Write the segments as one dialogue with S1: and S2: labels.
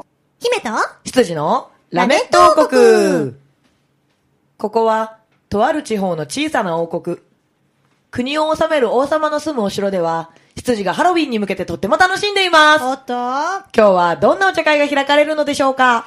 S1: と
S2: 羊のラメット王国ここは、とある地方の小さな王国。国を治める王様の住むお城では、羊がハロウィンに向けてとっても楽しんでいます。
S1: おっとは
S2: 今日はどんなお茶会が開かれるのでしょうか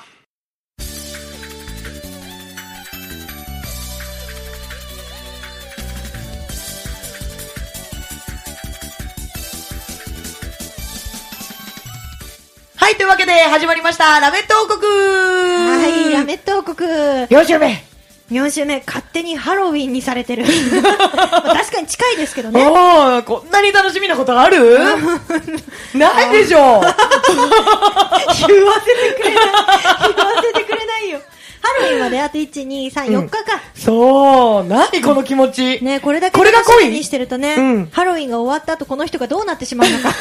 S2: はい、というわけで始まりました、ラメット王国
S1: い、ラ
S2: は
S1: メット王国
S2: い、4週目
S1: 4週目、勝手にハロウィンにさ れてる。まあ確かに近いですけどね。
S2: おー、こんなに楽しみなことある ないでしょう
S1: 言わせてくれない。言わせてくれないよ。ハロウィンはね、あと1、2、3、4日か。
S2: そう、何この気持ち、
S1: ね、これだけ
S2: これが
S1: 楽
S2: 濃
S1: しみ
S2: い
S1: にしてるとね、
S2: うん
S1: ハロウィンが終わった後この人がどうなってしま うのか。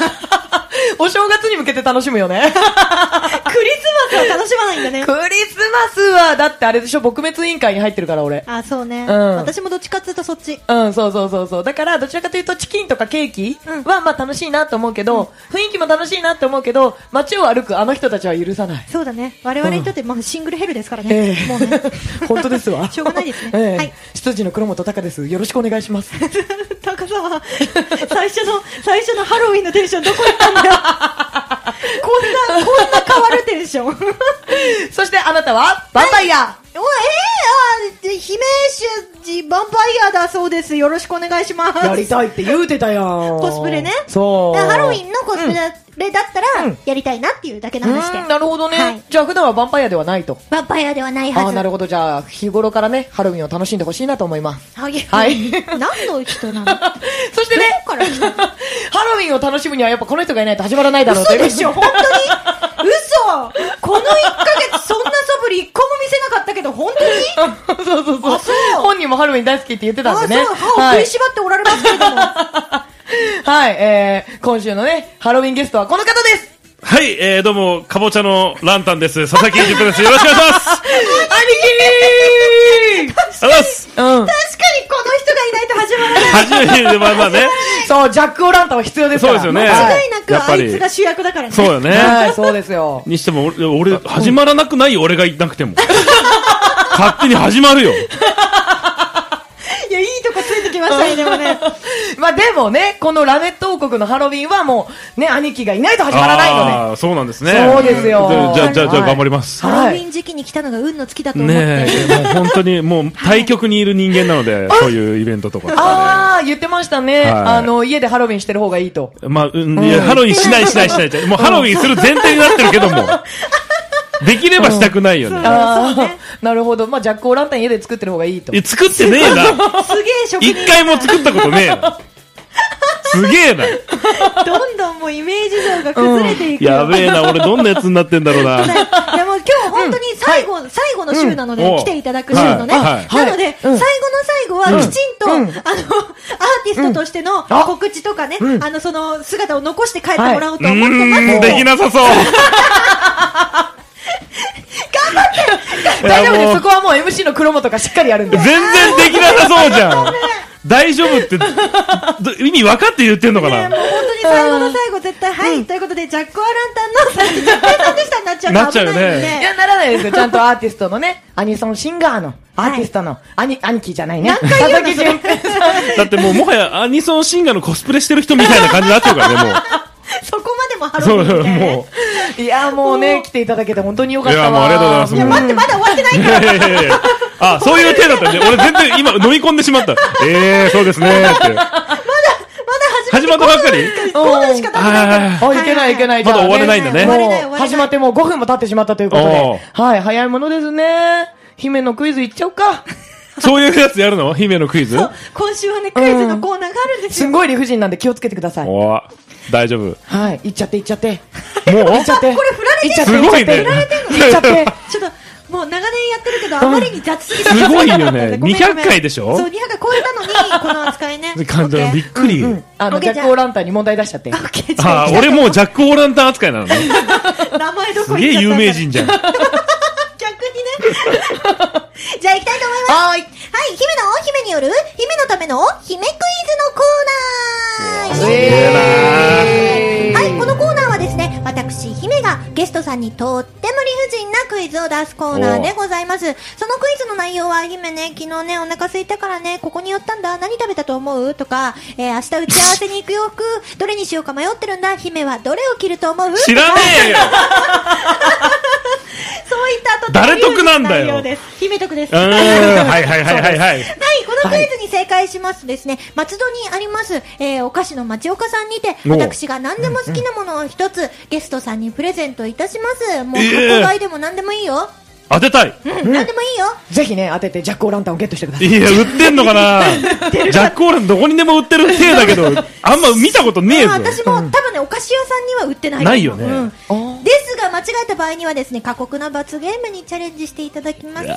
S2: お正月に向けて楽しむよね。
S1: クリスマスを楽しまないんだね
S2: ク。リスマスは、だってあれでしょ、撲滅委員会に入ってるから、俺。
S1: あ、そうね、
S2: うん
S1: 私もどっちかっていうとそっち。
S2: うん、そうそうそうそう。だから、どちらかというと、チキンとかケーキ
S1: うん
S2: は、まあ楽しいなと思うけど、雰囲気も楽しいなと思うけど、街を歩くあの人たちは許さない。
S1: そうだね。我々にとって、まあ、シングルヘルですから
S2: え
S1: ね。
S2: え
S1: もうね。
S2: 本当ですわ。
S1: しょうがないですね
S2: ええ
S1: はい
S2: 羊の黒本隆です。よろしくお願いし ます。
S1: 高さは、最初の、 最初のハロウィンのテンションどこ行ったんだ よ。こんな、こんな変わるテンション。お、ええ
S2: そしてあなたは、バンパイア
S1: あ、姫主、ヴァンパイアだそうです。よろしくお願いします。
S2: やりたいって言うてたやん。
S1: コスプレね。
S2: そう。
S1: だからハロウィンのコスプレだった
S2: う
S1: ら
S2: ん、
S1: やりたいなっていうだけの話で。
S2: うんなるほどね。
S1: はい
S2: じゃあ、普段はバンパイアではないと。
S1: ヴァンパイアではない
S2: あ
S1: は
S2: あ、
S1: ず。
S2: なるほど。じゃあ、日頃からね、ハロウィンを楽しんでほしいなと思い ます。
S1: は
S2: はいい。
S1: 何の人なの
S2: そしてね、
S1: どこから来たの
S2: ハロウィンを楽しむにはやっぱこの人がいないと始まらないだろう
S1: 嘘でしょ
S2: とい
S1: 本当に嘘この1ヶ月そんな素振り1個も見せなかったけど本当に
S2: うことで そうそうそう
S1: あそう
S2: 本人もハロウィン大好きって言って
S1: あ
S2: たんでね。
S1: そう歯を
S2: は
S1: 食
S2: い
S1: い。しばっておられますけれど も、
S2: はい、えー、今週のね、ハロウィンゲストはこの方です
S3: はい、えー、どうも、かぼちゃのランタンです。佐々木純子です。よろしくお願いします。
S2: 兄貴
S3: ありがとうございます。
S2: うん。
S1: 確かにこの人がいないと始まらない
S3: 初めてで、まあまあね。
S2: そう、ジャック・オ・ランタンは必要ですから。
S3: そうですよね
S2: は
S1: 間違いなく
S3: やっ
S1: あ
S3: ぱり
S1: いつが主役だからね
S3: そうよ
S2: い、
S3: ね。
S2: はい、そうですよ。
S3: にしても、俺、俺始まらなくないよ俺がいなくても。勝手に始まるよ。
S1: いやいいとこついてきましたねで もね
S2: まあでもね、このラメット王国のハロウィンはもう、ね、兄貴がいないと始まらないので、
S3: あーそうなんですね。
S2: そうですよ
S3: じゃあ、じゃあ、じゃあ、
S2: はい
S3: 頑張ります。
S1: ハ
S2: は
S1: ロウィン時期に来たのが運の尽きだと思って、
S3: ねえ、もう本当に、もう、対局にいる人間なので、そういうイベントとか。
S2: ああ、言ってましたね、
S3: はい
S2: あの、家でハロウィンしてる方がいいと。
S3: まあ、うん、いや、ハロウィンしないしないしないじゃんもうハロウィンする前提になってるけども。できればしたくないよね。
S2: あ
S1: そう
S2: あ、
S1: ね
S2: なるほど。まあ、ジャック・オ・ランタン家で作ってる方がいいと
S3: い。や作ってねえ
S1: す
S3: な。
S1: げえ職
S3: 一
S1: 人
S3: 回も作ったことねえな。すげえな。
S1: どんどんもうイメージ像が崩れていくよ、
S3: やべえな、俺どんなやつになってんだろうな。
S1: ねいやもう今日本当に最後、最後の週なので、
S3: うん
S1: 来ていただく週のね。
S3: はいは
S2: は
S3: い
S2: い
S1: なので、
S2: うん
S1: 最後の最後はきちんと、
S2: うん
S1: あの、アーティストとしての
S2: あ
S1: 告知とかね、
S2: うん
S1: あの、その姿を残して帰ってもらおうと思ってます。
S3: うーん、できなさそう。
S2: 大丈夫
S3: いや
S2: で
S3: も
S2: す。そ
S3: う
S2: こはもう MC の黒本がしっかりやるん で
S3: 全。然できなさそうじゃ ん。大丈夫って、ど意味分かって言ってんのか
S1: ねもう
S3: な。
S1: 本当に最後の最後絶対、はい、ということで、ジャック・アランタンの佐々木純平さんでしたになっちゃう
S3: なっちゃうよね
S1: 危ないんで
S2: いや、ならないですよ。ちゃんとアーティストのね、アニソンシンガーの、アーティストの、兄、兄貴じゃないね。
S1: 何回言う
S2: 佐
S1: の
S2: 々木純平さん
S3: だってもうもはやアニソンシンガーのコスプレしてる人みたいな感じになってるからね、もう。
S1: そこまでもハロ
S3: そ
S1: ウィン
S3: う、
S1: みたいなね
S3: も
S2: いや、もうね、来ていただけて本当によかったわ。
S3: いやもうありがとうございます。
S1: いや、待って、まだ終わってないう
S3: い
S1: から。
S3: やいやいやいや。あ、そういう手だったね。俺全然今飲み込んでしまった。ええー、そうですねーって。
S1: まだ
S3: 始まったばっかり
S1: 5分しか経ってないから。
S3: あ
S2: あ、いけないいけない。
S3: まだ
S2: じゃあ
S3: 終われないんだね
S2: もう
S1: 終われない終われない
S2: 始まってもう5分も経ってしまったということ
S3: お
S2: で
S3: う。
S2: はい、早いものですね。姫のクイズいっちゃおうか。
S3: そういうやつやるの姫のクイズ
S1: そう今週はね、クイズのコーナーがあるんです
S2: す
S1: よ。
S2: んごい理不尽なんで気をつけてください。
S3: おー大丈夫。
S2: はい、行っちゃって行っちゃって。
S3: もう
S2: 行っちゃって。
S1: これ振られてんの
S2: 行っちゃって
S3: すごいね
S2: 行っちゃって行っちゃって。
S1: ちょっと、もう長年やってるけど、あまりに雑すぎて
S3: すごい
S1: 気づか
S3: よね
S1: なかったごめんごめん
S3: 200回でしょ
S1: そう、200回超えたのに、この扱いね。
S3: 感じのびっくり。
S2: うんあの、
S1: OK
S2: ジャック・オーランタンに問題出しちゃって。
S1: オッケーじゃ
S3: あ
S1: あ
S3: あ、俺もうジャック・オーランタン扱いなのね。
S1: 名前どこ
S3: す
S1: 行っ
S3: げ
S1: ちゃったん
S3: え
S1: だ
S3: 有名。人じゃん。
S1: 逆にね。じゃあ行きたいと思います。
S2: はーい。
S1: はい、姫のお姫による、姫のための姫クイズのコーナー
S2: え
S1: はい、このコーナーはですね、私、姫がゲストさんにとっても理不尽なクイズを出すコーナーでございますそのクイズの内容は愛媛ね昨日ねお腹空いたからねここに寄ったんだ何食べたと思うとか、えー、明日打ち合わせに行く洋服どれにしようか迷ってるんだ姫はどれを着ると思う
S3: 知らねえよ
S1: そういったとても
S3: 誰得なんだ
S4: 内容
S3: よ。
S4: です姫徳です
S3: うーん、はいはいはいはいはい。
S1: はい、このクイズに正解しますとですね、松戸にあります、えーお菓子の町岡さんにて、
S3: お
S1: 私が何でも好きなものを一つ、ゲストさんにプレゼントいたします。もう、
S3: ええ
S1: 箱買いでも何でもいいよ。
S3: 当てたい。
S1: うん、何でもいいよ。
S2: ぜひね、当ててジャックオーランタンをゲットしてください。
S3: いや、売ってんのかなジャックオーランどこにでも売ってる体だけど、あんま見たことねえ
S1: まあ
S3: ぜ。
S1: 私も、多分ね、お菓子屋さんには売ってない
S3: ないよね
S1: うん
S2: あー
S1: ですが、間違えた場合にはですね、過酷な罰ゲームにチャレンジしていただきます。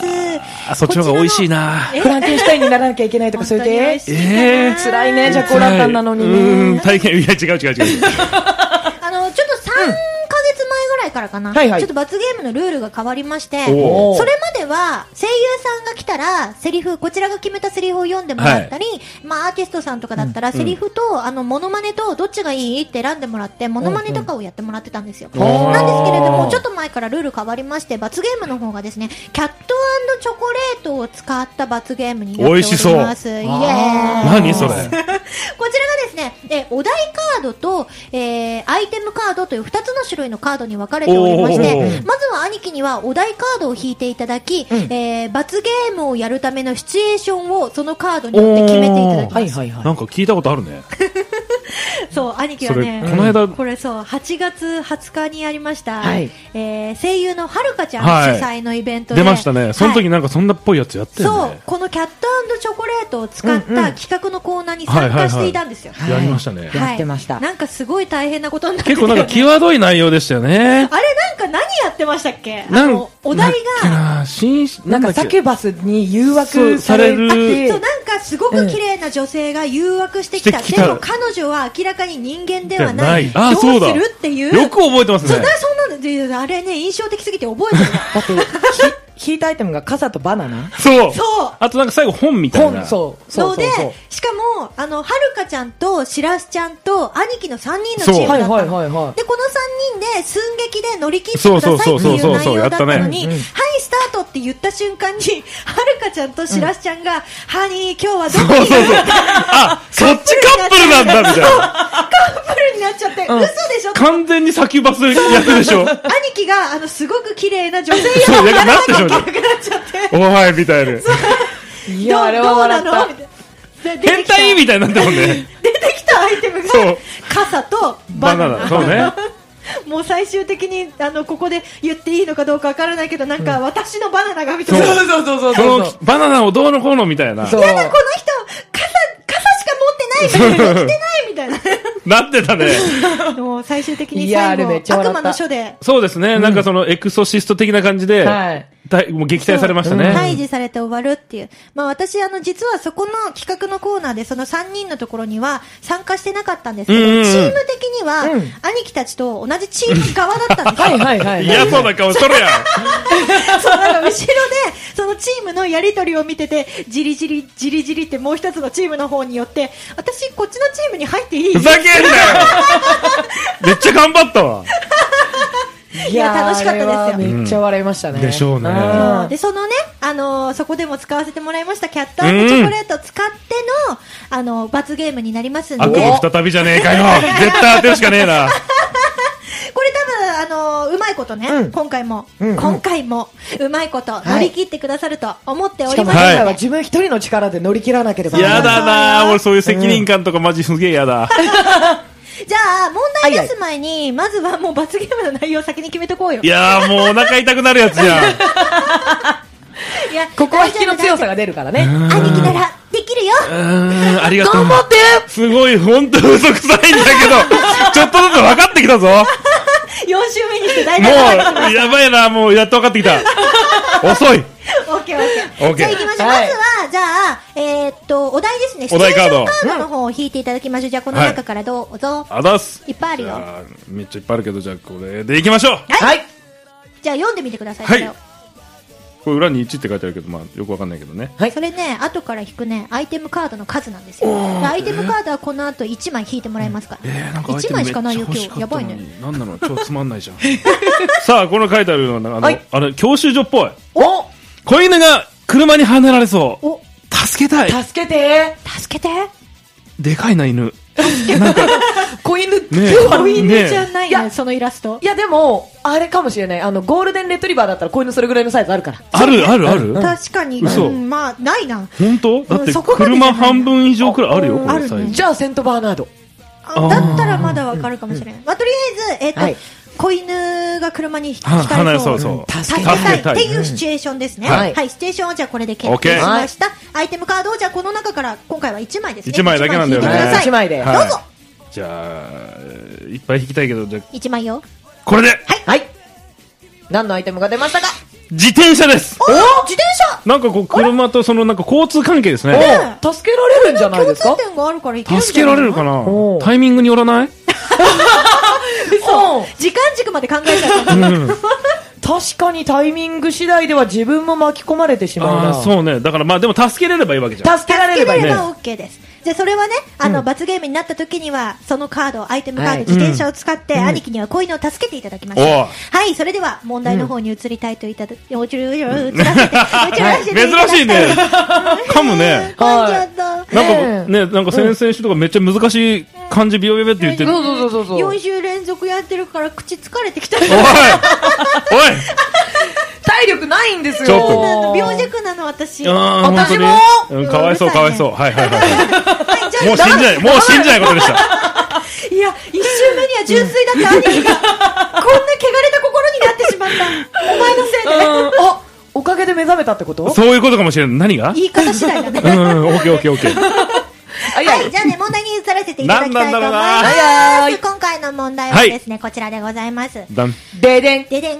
S3: あ、そっちの方が美味しいな。
S2: フランケンシュタインにならなきゃいけないとか、それで。
S3: ええー。
S2: 辛いね、ジャックオーランタンなのに
S3: うーん、
S2: ね。
S3: 大変、いや、違う違
S1: あの、ち
S3: う違う。
S1: ょっと3ヶ月前ぐらいからかな、
S2: はいはい
S1: ちょっと罰ゲームのルールが変わりまして、
S3: お
S2: ー
S1: それまでは声優さんが来たら、セリフ、こちらが決めたセリフを読んでもらったり、まあアーティストさんとかだったら、セリフと、あの、モノマネとどっちがいいって選んでもらって、モノマネとかをやってもらってたんですよ。
S3: んうん
S1: なんですけれど
S3: おー
S1: も、ちょっと前からルール変わりまして、罰ゲームの方がですね、キャットチョコレートを使った罰ゲームになっております。
S3: 美味し
S1: イエーイ
S3: 何それ。
S1: こちらがですね、えーお題カードと、えーアイテムカードという2つの種類のカードに分かれておりまし
S3: お
S1: て
S3: ー、
S1: まずは兄貴にはお題カードを引いていただき、えー罰ゲームをやるためのシチュエーションをそのカードによって決めていただきま
S2: はい
S1: す。
S2: はいは
S3: なんか聞いたことあるね。
S1: そう、兄貴
S3: そ
S1: は
S3: れ、
S1: ね、
S3: この間、
S1: これそう、8月20日にやりました、
S2: はい
S1: えー声優のはるかちゃん
S3: はい
S1: 主催のイベントで、
S3: 出ましたね。その
S1: はい
S3: 時なんかそんなっぽいやつやってる
S1: そう
S3: ね、。
S1: このキャットチョコレートを使った企画のコーナーに参加していたんですよ。
S2: い。
S3: やりましたね
S2: やってました。
S1: なんかすごい大変なことになって
S3: 結構なんか際どい内容でしたよ ね。
S4: あれなんか何やってましたっけあ
S3: なん
S4: のお題が
S3: が、紳士
S2: なんか、サケバスに誘惑され
S3: そうされ
S2: て
S1: そう、なんかすごく綺麗な女性が誘惑してきた。
S3: してきた
S1: でも彼女は明らかに人間ではない。
S3: ではないあ
S1: どう
S3: そうだ
S1: するっていう。
S3: よく覚えてます
S1: そう
S3: ね
S1: だ、。そんなので、あれね、印象的すぎて覚えてるわ
S2: だって、ひ引 いたアイテムが傘とバナナ
S3: そう。
S1: そう
S3: あとなんか最後本みたいな。
S2: 本、そう。そう
S1: の
S2: そ
S1: で
S2: うそう。、
S1: しかも、あの、はるかちゃんと、しらすちゃんと、兄貴の3人のチームだ
S2: は
S1: っ
S2: い
S1: たの。
S2: はいはいはい。
S1: で、この3人で寸劇で乗り切ってくださいって
S3: そうそう
S1: い
S3: そう
S1: う
S3: そうそ
S1: 内
S3: う
S1: 容だった
S3: や
S1: の
S3: ったね
S1: に、
S2: うん
S1: はい、スタートって言った瞬間に、はるかちゃんとしらすちゃんが、ハニー、今日はどこ
S3: そう
S1: に
S3: そうそう。あ、そっちカップルなんだみたいな。
S1: カップルになっちゃって、嘘でしょ
S3: 完全に先バスやつでしょ。
S1: 兄貴が、あの、すごく綺麗な女性
S3: そ
S1: や
S3: う、
S1: な
S3: な
S1: ら
S3: んか
S1: な
S3: なっ
S1: き
S3: て
S1: ゃ
S3: しま
S1: いけなく
S3: っ
S1: な
S3: た。
S1: っちゃって。
S3: おはい、みたいな。
S2: い
S1: ど
S2: や、あれは笑っ
S1: どうな
S2: た
S1: のみ。たいなで出
S3: 変
S1: てきた
S3: 態みたいになってるもんね。
S1: 出てきたアイテムが
S3: そう、
S1: 傘とバ
S3: バ
S1: ナ
S3: ナ
S1: ナ。
S3: ナ。そうね。
S4: もう最終的にあのここで言っていいのかどうかわからないけどなんか私のバナナがみたい
S2: そ
S4: な、
S2: うそうそうそう
S3: そ
S2: そう
S3: の。バナナをどうのこうのみたいな。
S2: そう
S1: ただこの人、傘、傘しか持ってないみたいな。着てないみたいな。
S3: なってたね。
S4: もう最終的に
S2: いやあ
S4: 最
S2: れ
S4: 後
S2: めっちゃ
S4: 悪
S2: 笑った
S4: 魔の書で
S3: そうですね。なんかそのエクソシスト的な感じで、
S2: はい
S3: だいもう撃退されましたね。
S1: 退治されて終わるっていう。まあ私、あの、実はそこの企画のコーナーでその3人のところには参加してなかったんですけど、
S3: うんうんうん
S1: チーム的には、
S2: うん
S1: 兄貴たちと同じチーム側だったんですよ。
S2: はいはいはい。
S3: 嫌そうな顔しとるや ん。
S4: そうなんか後ろでそのチームのやり取りを見ててじりじりじりじりってもう一つのチームの方によって私こっちのチームに入っていい
S3: ふざけんなよめっちゃ頑張ったわ。
S2: い
S1: や楽しかったですよ
S2: あれはめっちゃ笑いましたね。
S3: うんでしょうね
S2: あー
S1: で、そのね、あのーそこでも使わせてもらいましたキャットチョコレートを使っての、あのー罰ゲームになりますんで、
S3: 悪
S1: これ
S3: 夢再びじゃねえかよ。絶対当てるしかねえな。
S1: 多分、あのーうまいことね、
S2: うん
S1: 今回も、
S2: うんうん
S1: 今回も、うまいこと乗り切ってくださると思ってお
S2: し
S1: り
S2: かも今
S1: ます
S3: はい
S2: 回は自分一人の力で乗り切らなければならない
S3: やだな俺そういう責任感とかマジすげえや だ。
S1: じゃあ、問題出す前に、まずはもう罰ゲームの内容を先に決めとこうよ。
S3: いやーもうお腹痛くなるやつじゃん。
S1: いや
S2: ここは引きの強さが出出るからね。
S1: 大丈夫兄貴なら、できるよ。
S3: うーん、ありがとう。
S2: 頑張って
S3: すごい、ほんと嘘くさいんだけど、 ちょっとずつ分かってきたぞ。も
S4: 4週目にして大体分かって
S3: う、やばいな、もうやっと分かってきた。遅い。
S4: きます OKOK
S1: じ
S3: オッケ
S1: ゃあ行
S3: ー。
S1: きましょう。
S2: はい
S1: まずは、じゃあ、えーっと、お題ですね。
S3: お題カード
S1: シチュエションカードの方を引いていただきましょう。じゃあ、この中からどうぞ。
S3: あざっす。
S1: いっぱいあるよ
S3: じゃあめっちゃいっぱいあるけど、じゃあこれで行きましょう。
S2: はい。
S1: じゃあ、読んでみてください。
S3: はい
S1: それを
S3: これ裏に1って書いてあるけど、まあ、よくわかんないけどね。
S2: はい
S1: それね後から引くねアイテムカードの数なんですよでアイテムカードはこの後1枚引いてもらえますから、1枚しかないよ今日やばいね。
S3: なんなの超つまんないじゃん。 さあ、この書いてあるのは、あの、
S2: はい
S3: あれ、教習所っぽい。
S2: お
S3: 子犬が車にはねられそう。
S1: お
S3: 助けたい。
S2: 助けて
S1: 助けて
S3: でかいな、犬。
S2: 子犬って
S3: ねえ
S2: は
S1: 子犬じゃ
S3: ね
S1: ない
S2: い
S1: ね
S2: や
S1: そのイラスト
S2: いやでも、あれかもしれない。あの、ゴールデンレトリバーだったら、こういうのそれぐらいのサイズあるから。
S3: あるあるある。
S1: 確かに、
S3: 嘘
S1: うんまあないな
S3: 本当だって
S1: そこまでじゃない
S3: 車半分以上くらいあるよ、こ
S1: あ
S3: れ
S1: る
S3: サイズ。
S2: じゃあ、セントバーナード。
S1: あ
S3: あー
S1: だったらまだわかるかもしれない、まあ、とりあえず、えっと
S2: はい
S1: 子犬が車にひ
S3: は
S1: ひか
S3: 離
S1: れ
S3: れ
S1: そ
S3: そううそう。
S2: 助
S1: 助
S2: け
S1: け
S2: たい
S1: たいっていうシチュエーションですね、
S2: うん
S1: は
S2: はいい
S1: シチュエーションをじゃあこれで決定しました、アイテムカードをじゃあこの中から今回は1枚ですね
S3: 一枚だけなんだよね
S1: 一枚引
S2: 一枚
S1: いてください
S2: で
S1: どうぞ、
S3: いじゃあ、いっぱい引きたいけど、じゃあ
S1: 一枚よ
S3: これで、
S2: はい。何のアイテムが出ましたか
S3: 自転車です
S1: お自転車
S3: なんかこう、車とそのなんか交通関係ですね。
S1: ね
S2: お助けられるんじゃない
S1: 共
S2: ですか
S1: 通点があるからいけるんじゃ
S3: 助け
S1: ない
S3: られるかな
S2: おう
S3: タイミングによらない
S2: そう
S1: 時間軸まで考えちゃった
S3: うん。
S2: 確かにタイミング次第では自分も巻き込まれてしまう
S3: あ
S2: な。
S3: あ、そうね。だからまあでも助けれればいいわけじゃん。
S2: 助けられればいい
S1: 助け
S2: ね。
S1: れば OK です。じゃあそれはね、あの、罰ゲームになった時には、そのカード、アイテムカード、
S2: はい
S1: 自転車を使って、兄貴には子犬を助けていただきまし
S3: おう
S1: た。はい、それでは問題の方に移りたいといただ、おちる、移らせて、移らせていただきます
S3: 珍しいね。。 かもね。
S1: 噛んじゃった。
S3: なんかね、なんか先々週とかめっちゃ難しい漢字ビヨビヨビヨって言ってる。おい
S2: そうそうそうそう。
S1: 4週連続やってるから口疲れてきた。
S3: おい
S2: 体力ないんですよ。
S3: ちょっと
S1: 病弱なの私。は
S3: あー本当に
S2: 私
S1: も
S3: うんかわいそう、かわいそう。はいはいはい。
S1: い、じゃ
S3: も
S1: あ、
S3: う死んじゃい、もう死んじゃないこと でした。
S1: いや、一週目には純粋だった兄貴が、こんな汚れた心になってしまった。お前のせいで。
S2: うんあ、おかげで目覚めたってこと
S3: そういうことかもしれない。何が
S1: 言い方次第だね。
S3: うん、オッケーオッケーオッケー。
S2: あ、いや、
S1: はい、じゃあね、問題に移らせていただきたいと思い
S3: なん
S1: ま
S3: な
S1: す。
S2: はいはい
S1: 今回の問題はですね、こちらでございます。
S3: ダン。
S2: ででん。
S1: ででん。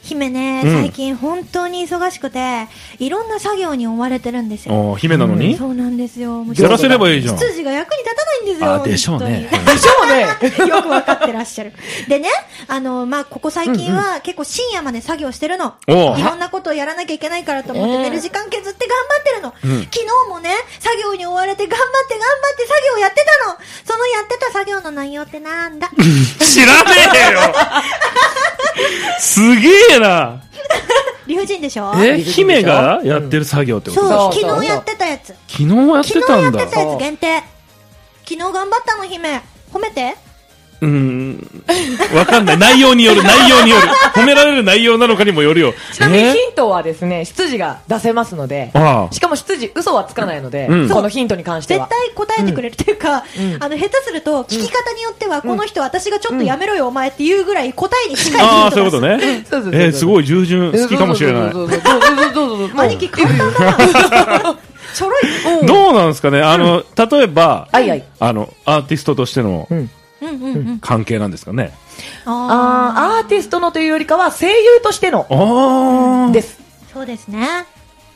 S1: 姫ね、
S3: うん
S1: 最近本当に忙しくて、いろんな作業に追われてるんですよ。
S3: おー姫なのに
S1: そうなんですよ。もう
S3: やらせればいいじゃん。
S1: 羊が役に立たないんですよ。
S3: あでしょうね
S1: 本
S2: でしょうね。
S1: 当に よくわかってらっしゃる。でね、あの、まあ、ここ最近は結構深夜まで作業してるの。
S3: おう
S1: いろんなことをやらなきゃいけないからと思って
S2: ええ
S1: 寝る時間削って頑張ってるの。
S3: うん
S1: 昨日もね、作業に追われて頑張って頑張って作業やってたの。そのやってた作業の内容ってなん だ
S3: 知らねえよすげえな
S1: 理不尽でしょ
S3: え、姫がやってる作業ってこと
S1: そう
S2: そうそう
S1: 昨日やってたやつ。
S3: 昨日やって
S1: 昨日や
S3: た
S1: っ
S3: ん
S1: てた
S3: だ。
S1: やつ限定。昨日頑張ったの、姫。褒めて。
S3: うん。わかんない。内容による、内容による。褒められる内容なのかにもよるよ。
S2: ちなみに
S3: え
S2: ヒントはですね、執事が出せますので、
S3: ああ
S2: しかも執事、嘘はつかないので、
S3: うん
S2: このヒントに関して
S1: 絶
S2: は。
S1: 対答えてくれるっていうか、あの、下手すると、聞き方によっては、この人私がちょっとやめろよ、お前っていうぐらい答えに近いヒント
S3: あ
S1: だ
S3: あ、そういうことね
S2: そうそうそう。そう
S3: えー、すごい従順、好きかもしれない。
S2: そ
S3: ど
S2: うそうそうそうどうぞどうぞどうぞどうぞ。
S1: 兄貴簡単だな。 ちょろい。
S2: うん
S3: うなんですかねあの、例えば、
S2: はいはい。
S3: あの、アーティストとしての
S2: うん。
S1: うんうんうん。
S3: 関係なんですかね。
S1: ああ、
S2: あーアーティストのというよりかは、声優としての
S3: ああ
S2: で、す。
S1: そうですね。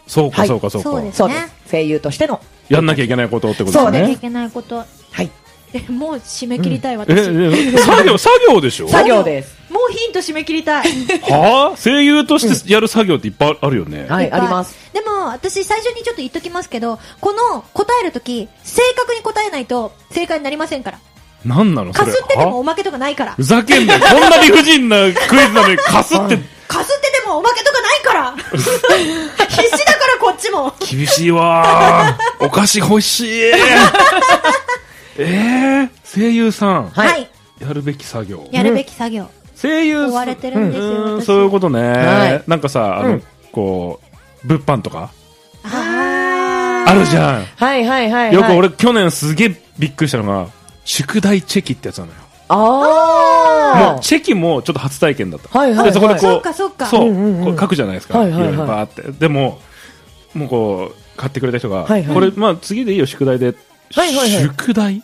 S3: そう
S2: は
S3: か
S2: い
S3: そうかそう
S1: そ
S3: か
S1: う。です
S2: そうです。声優としての。
S3: やんなきゃいけないことってことです
S2: そう
S1: やらなきゃい
S3: ね。
S1: けないこと。
S2: はい。
S1: えもう締め切りたい、
S3: え、
S1: 私。もう
S3: え作業、作業でしょ
S2: 作業です。
S1: ヒント締め切りたい。
S3: はあ声優としてやる作業っていっぱいあるよね。
S2: はい
S1: っぱ
S2: あります。
S1: でも、私最初にちょっと言っときますけど、この答えるとき、正確に答えないと正解になりませんから。
S3: なんなのそ
S1: か
S3: れ。
S1: すっててもお
S3: は
S1: まけとかないから
S3: ふ。ざけんなよ。こんな理不尽なクイズなのに、かすって、
S1: かすっててもおまけとかないから 必死だからこっちも
S3: 厳しいわー。お菓子欲しい。 えー、声優さん、
S1: はい、
S3: やるべき作業。
S1: やるべき作業、
S3: 声優さん
S1: 追われてるんですよ
S3: うーん
S1: 私
S3: そういうことね、
S2: はい
S3: なんかさあの、
S2: うん
S3: こう物販とか
S1: あ
S3: あるじゃん、
S2: はいはいはい、はい。
S3: よく俺去年すげえびっくりしたのが宿題チェキってやつなのよも
S2: あ
S3: うチェキもちょっと初体験だった、
S2: はいはいはい
S3: でそこでこう
S1: そっかそっか
S3: そう
S2: うんうんうん
S3: こう書くじゃないですか、
S2: はいいはいはい
S3: ろいろバーってでももうこう買ってくれた人が、
S2: はいはい
S3: これまあ次でいいよ宿題で、
S2: はいはいはい
S3: 宿題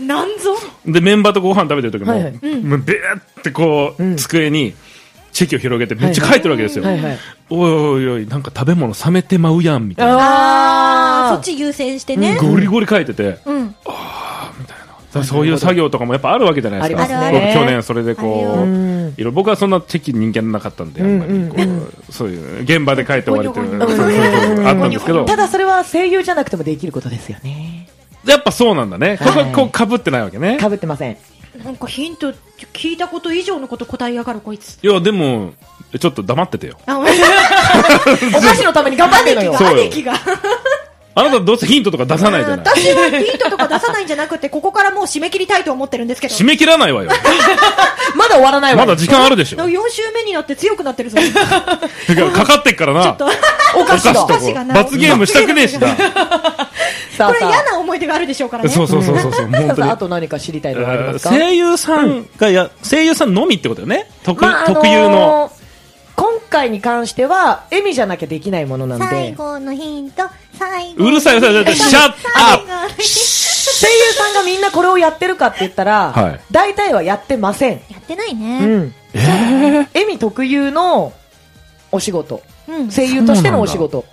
S1: ーなんぞ
S3: でメンバーとご飯食べてる時も、
S2: はいはい
S3: もうベーってこう、
S2: うん
S3: 机にチェキを広げてめっちゃ書いてるわけですよ、
S2: ーはいはい。
S3: おいおいおい、なんか食べ物冷めてまうやん、みたいな。
S1: あーそ
S2: あ
S1: っち優先してね
S3: ゴリゴリ書いてて、
S1: うん、
S3: あみたいな。さそういう作業とかもやっぱあるわけじゃないですか。
S2: あります
S1: ね
S3: 僕去年それでこ
S1: あ
S3: う
S1: る
S2: よ、
S3: いろ僕はそんな敵人間なかったんで、あんまりこう、そういう、現場で書いて終わりっていうのがそうそうそうあったんですけど、
S2: ただそれは声優じゃなくてもできることですよね。
S3: やっぱそうなんだね。ここはこう被ってないわけね
S2: か。ぶってません。
S4: なんかヒント聞いたこと以上のこと答えやがるこいつ。
S3: いや、でも、ちょっと黙っててよ。
S4: あ、お前、
S2: お菓子のために頑張ってるのよ。
S3: そうよ
S4: 兄貴が。
S3: あなたどうせヒントとか出さないじゃない。
S4: 私はヒントとか出さないんじゃなくて、ここからもう締め切りたいと思ってるんですけど。
S3: 締め切らないわよ。
S2: まだ終わらないわ
S3: ま
S2: よ。
S3: だ時間あるでしょ。
S4: 4週目になって強くなってる ぞ。
S3: だからかかってっからな。
S2: お菓子
S3: お
S2: と
S3: 菓
S4: お菓子がな
S3: 罰ゲームしたくねえしな。
S2: さ
S4: こ
S2: あ
S4: れ
S2: さ
S4: 嫌な思い出があるでしょうからね。
S3: そうそうそうそうそう、
S2: あ。
S3: 本
S2: さあ、あ
S3: 当
S2: と何か知りたいのはありま
S3: に。
S2: すか
S5: 声優さんがや、声優さんのみってことよね。特
S2: まああのー
S5: 特有の。
S2: 今回に関しては、笑みじゃなきゃできないものなんで、声
S1: 最
S2: 優
S1: 後のヒント、最後
S3: うるさい、うるさい、うるさい、シャッアップ
S1: ップ
S2: さんがみんなこれをやってるかって言ったら、
S3: はい
S2: 大体はやってません。
S1: やってないうね。
S2: ん。笑み特有のお仕事。
S1: うん。
S2: 声優としてのお仕事。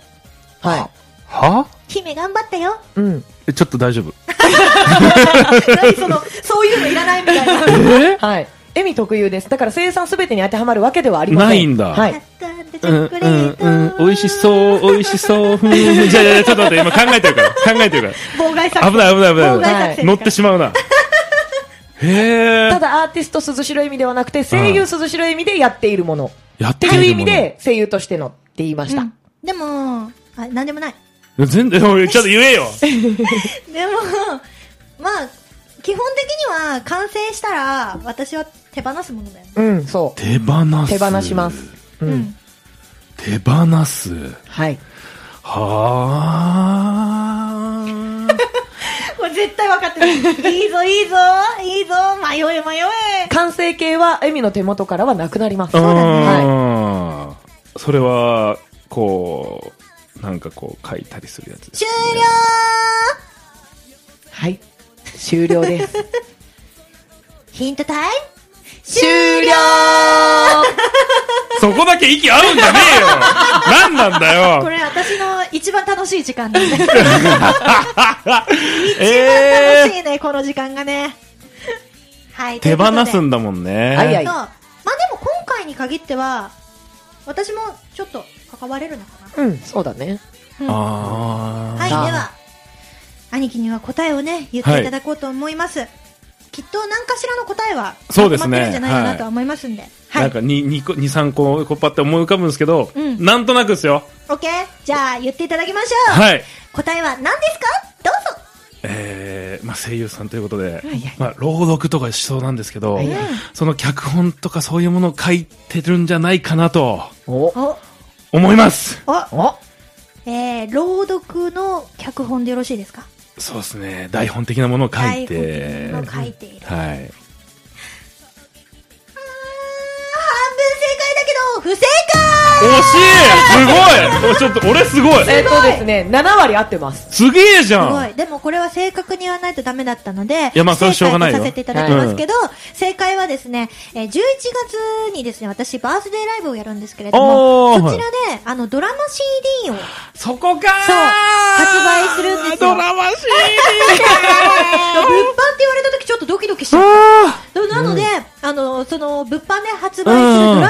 S2: は
S3: は
S1: 姫頑張ったよ。
S2: い。うん。
S3: えちょっと大丈夫。
S4: 何そ の、そういうのいらないみたいな。
S3: え
S2: はい。笑み特有です。だから生産すべてに当てはまるわけではありません。
S3: ないんだ
S2: は
S1: た
S2: い。
S1: くあんとチ
S3: うん
S1: ョコレート。
S3: うんうん美味しそう美味しそうふんじゃあじゃあちょっと待って今考えてるから考えてるか
S4: 妨害作
S3: ら
S4: 戦。
S3: 危ない危ない危ない
S4: 妨害
S3: 危な
S4: 作
S3: い
S4: 戦。
S3: 乗ってしまうなへえ
S2: ただアーティスト鈴代意味ではなくて、声優鈴代意味でやっているもの。
S3: やっ
S2: って
S3: て
S2: いう
S3: る
S2: 意味で、声優としてのって言いました。
S1: でも、あ、なんでもない。
S3: もの全然おいちょっと言えよ
S1: でも、まあ、基本的には完成したら、私は手放すものだよね。
S2: うん、そう。
S3: 手放
S2: 手
S3: す
S2: 放します。うん。
S3: 手放す
S2: はい。
S3: はあ
S4: もう絶対分かってる。いいぞ、いいぞ、いいぞ、迷え迷え。
S2: 完成形は、エミの手元からはなくなります。
S3: あーそれはこうなんかこう書いたりするやつです
S1: 終
S3: ね
S1: 了
S2: はい。終了です。
S1: ヒントタイ
S2: 終了
S3: そこだけ息合うんじゃねえよ何なんだよ
S4: これ私の一番楽しい時間だね。
S3: え
S4: 楽しいね、この時間がね。
S1: ムはい。
S3: 手放す
S1: だ。
S3: んだもんね。
S2: はいは
S1: そう
S2: い
S1: まあでも今回に限っては、私もちょっと関われるのかな。
S2: うん、そうだね。
S3: あ
S1: はい、で
S2: あー
S1: は、兄貴には答えをね、言っていただこうと思います。きっと何かしらの答えは、
S3: そうです
S1: ま
S3: ね
S1: ってるんじゃないかなとは思いますんで。は
S3: あ。なん
S1: い。
S3: かににこ二三個こうパって思い浮かぶんですけど、
S1: うん
S3: なんとなくですよ。
S1: オッケーじゃあ、言っていただきましょう。
S3: はい。
S1: 答えは何ですかどうぞ
S3: えー、まあ声優さんということで
S2: いはい、
S3: まあ朗読とかしそうなんですけど
S2: はいはい、
S3: その脚本とかそういうものを書いてるんじゃないかなと
S2: お、
S1: お、
S3: 思います。
S2: お、
S1: えー、朗読の脚本でよろしいですか
S3: そうですね。台本的なものを書いて、
S1: 台本的なものを書いている
S3: はい。
S1: 半分正解だけど、不正
S3: 惜しい。すごい。おちょっと俺すごい。
S2: えっとですね、7割合ってます。
S3: すげえじゃ
S1: 解すご
S3: ん。
S1: い。でもこれは正確に言わないとダメだったので、
S3: いやまあそれはしょうがないよ
S1: 不正解とさせていただきますけど、正解はですね、えー11月にですね、私バースデーライブをやるんですけれど
S3: あ
S1: も、
S3: ー
S1: そちらで、あの、ドラマ CD を、
S3: そこかー。
S1: そう発売するんですよ
S3: ドラマ CD
S1: 物販って言われた時ちょっとドキドキしちゃった。なので、あの、その、物販で発売するドラマ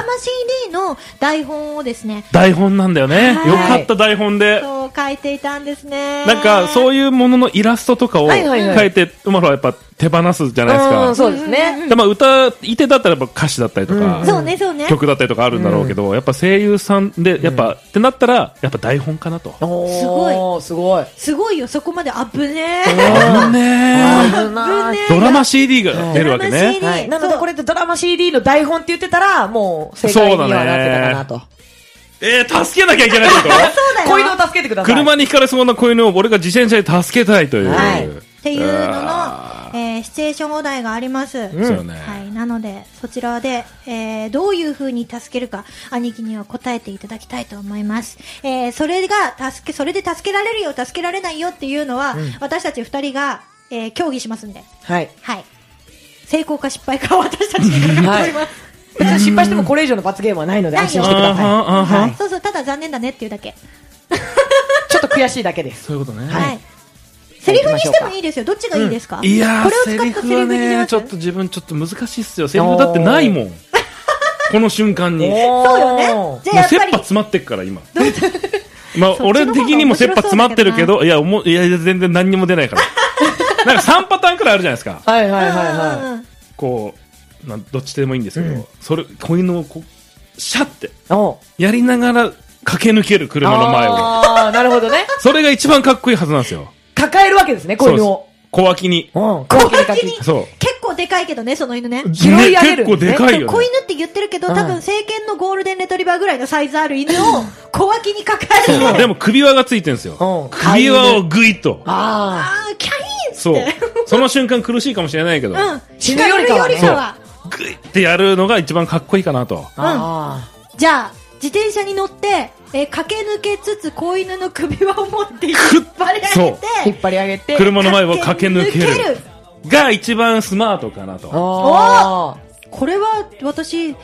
S1: CD の台本をですね、
S3: 台本なんだよね。よ
S1: はい
S3: かった台本で。
S1: そう書いていたんですね。
S3: なんか、そ
S1: い
S3: う
S1: う。
S3: いうもののイラストとかを
S2: はいはいはい
S3: 書いて、うまはやっぱ手放すじゃないです
S2: うん、
S3: か。
S2: そうですね。
S3: でまあ歌い手だったらやっぱ歌詞だったりとか、
S1: そうね、そうね。
S3: 曲だったりとかあるんだろうけど、やっぱ声優さんで、やっぱ、ってなったら、やっぱ台本かなと。
S2: おー
S1: すご
S2: い。すごい。
S1: すごいよ、そこまでアップね。
S3: あね
S2: 危ない。
S3: ドラマ CD が出るわけ
S1: ドラマ CD
S3: ね。
S2: はい。なので、これってドラマ CD の台本って言ってたら、もう正解にはなってたかなと。
S3: えー、助けなきゃいけないってこ
S2: 子犬を助けてくだ
S3: と
S2: さい。
S3: 車にひかれそうな子犬を俺が自転車で助けたいという。
S2: はい
S1: っていうのの
S3: あ、
S1: えーシチュエーションお題があります。
S3: ーそうよね。
S1: はい、なので、そちらで、えーどういう風に助けるか、兄貴には答えていただきたいと思います。えーそれが、助け、それで助けられるよ、助けられないよっていうのは、私たち二人が、えー協議しますんで。
S2: はい。
S1: はい。成功か失敗かは私たちにかかっております。
S2: 別に失敗してもこれ以上の罰ゲームはないので安心してください。
S3: あはんあはん
S2: はい。
S1: そうそう、ただ残念だねっていうだけ。
S2: ちょっと悔しいだけです。
S3: そういうことね。
S1: はい。セリフにしてもい
S2: い
S1: いですよ。どっちがいいですか、
S3: いや
S1: こ
S3: ー
S1: れを使
S3: セ
S1: っ
S3: リ
S1: たセ
S3: フ
S1: リフ
S3: は
S1: にしま
S3: ね
S1: す
S3: ちょっと自分ちょっと難しいっすよセリフだってないもんこの瞬間にもう
S1: そうよね。じゃあ
S3: 切羽
S1: やっぱり、
S3: 詰まってっから今 まあ
S1: そっちの方が
S3: 俺的にも切羽詰まってるけどいやおもいやいや全然何にも出ないからなんか3パターンくらいあるじゃないですか
S2: はいはいはい
S1: うんうん
S2: は
S1: うん
S3: こうなんどっちでもいいんですけど、
S2: うん
S3: それこういうのをこうシャって
S2: い。お
S3: やりながら駆け抜ける車の前を
S2: ああ、なるほどね。
S3: それが一番かっこいいはずなんですよ
S2: 抱えるわけですね、子犬を。
S3: そうです小脇に
S2: うん。小
S1: 脇に
S3: そ
S1: 結構でかいけどね、その犬ね。
S3: う
S2: 拾い上げる
S3: ね結構でかい
S1: えっ
S3: よ
S1: と
S3: ね
S1: 子犬って言ってるけど、多
S2: うん
S1: 分、成犬のゴールデンレトリバーぐらいのサイズある犬を小脇に抱えて、
S3: そうでも首輪がついてるんです
S2: うん
S3: よ首輪をグイッと
S2: ああ。
S1: あー、キャインっつっ
S3: そう
S1: て。
S3: その瞬間苦しいかもしれないけど、
S1: うん。
S2: 死ぬよりかはね
S1: 叱るよりかは
S3: グイッてやるのが一番かっこいいかなと
S2: あ
S1: じゃあ、自転車に乗って、えー駆け抜けつつ、子犬の首輪を持って引っ張り上げ
S3: そう
S1: て、
S2: あ。引っ張り上げて。
S3: 車の前を駆け抜ける
S1: 駆け抜ける
S3: が一番スマートかなと
S2: あ
S1: これは私、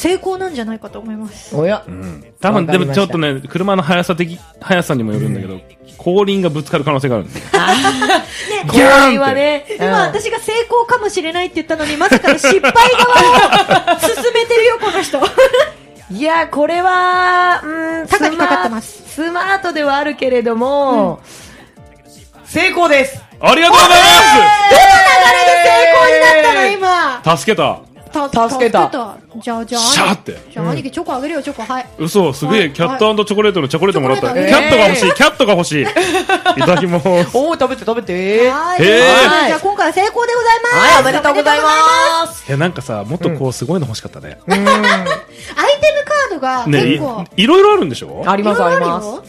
S1: 成功なんじゃないかと思います。
S2: あ。おや。
S3: うん多分
S2: わか
S3: で
S2: りま
S3: も
S2: した
S3: ちょっとね車の速さ的速さにもよるんだけど、後輪がぶつかる可能性があるんですよ
S2: こ
S3: ギャーンって
S2: はね。うん
S1: 今私が成功かもしれないって言ったのに、まさかの失敗側を進めてるよ、こ の人。
S2: いや、これは、うん、
S1: 高にかかってます
S2: スマ。スマートではあるけれども、成功です。
S3: ありがとうござい
S1: 成功になったの、
S2: えー
S1: 今。
S3: ます助けた
S1: た
S2: 助けた
S1: じゃあ、じゃあ、
S3: シャーって
S1: じゃあ、兄貴、チョコあげるよ、チョコ、はい。
S3: 嘘すげ
S1: は
S3: え
S1: い
S3: キャットチョコレートのチョコレートもらった、
S1: はい
S3: キャットが欲しい、キャットが欲しいいただきます
S2: おー、食べて食べて。は
S1: はい。と
S3: へー
S1: いうことでじゃあ、今回は成功でございます。
S2: い、おめでとうございます。
S3: いやなんかさもっとこうすごいの欲しかったね、
S1: アイテムカードが
S3: ね
S1: 結構、
S3: いいろいろあるんでしょ
S2: あり
S1: い
S2: ま
S1: ろい
S2: す、
S1: ろ
S2: あ
S1: あ
S2: り
S1: る
S2: ます。
S1: よ。